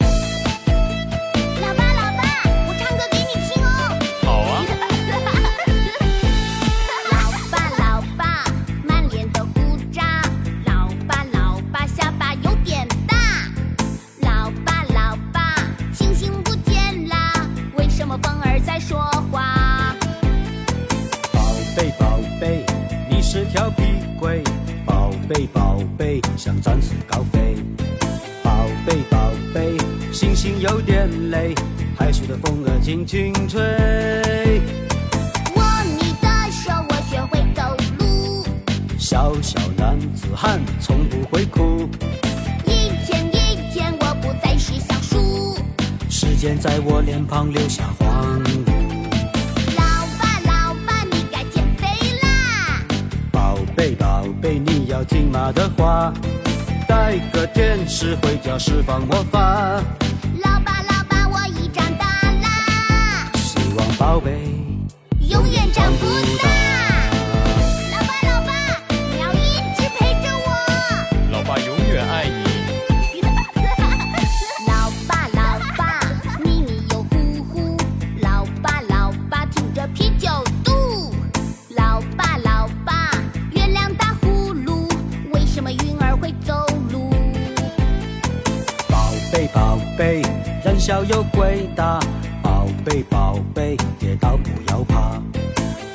哦在说话。宝贝宝贝，你是调皮鬼，宝贝宝贝想展翅高飞，宝贝宝贝星星有点累，害羞的风儿轻轻吹，握你的手，我学会走路。小小男子汉从不会哭，一天一天，我不再是小树。时间在我脸庞留下黄土。老爸老爸，你该减肥啦！宝贝宝贝，你要听妈的话，带个天使回家释放魔法，老爸老爸，我已长大啦，希望宝贝永远长不大。啊。老爸老爸，你要一直陪着我。老爸永远爱你。老爸老爸，咪咪又呼呼。老爸老爸，挺着啤酒肚。老爸老爸，月亮打呼噜。为什么云儿会走路？宝贝宝贝，人小有鬼大，宝贝宝贝，跌倒不要怕，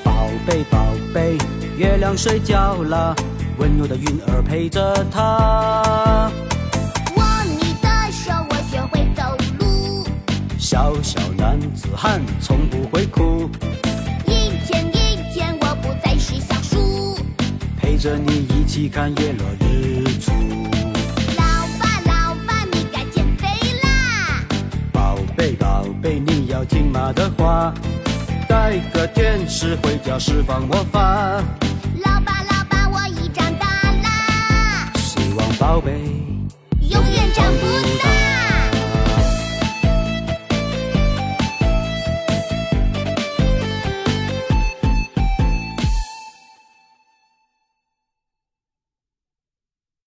宝贝宝贝，月亮睡觉啦，温柔的云儿陪着它，握你的手，我学会走路。小小男子汉从不会哭，一天一天，我不再是小树。陪着你一起看叶落日出，老爸老爸，你该减肥啦！宝贝宝贝，你要听妈的话，带个天使回家释放魔法，老爸老爸，我已长大啦，希望宝贝。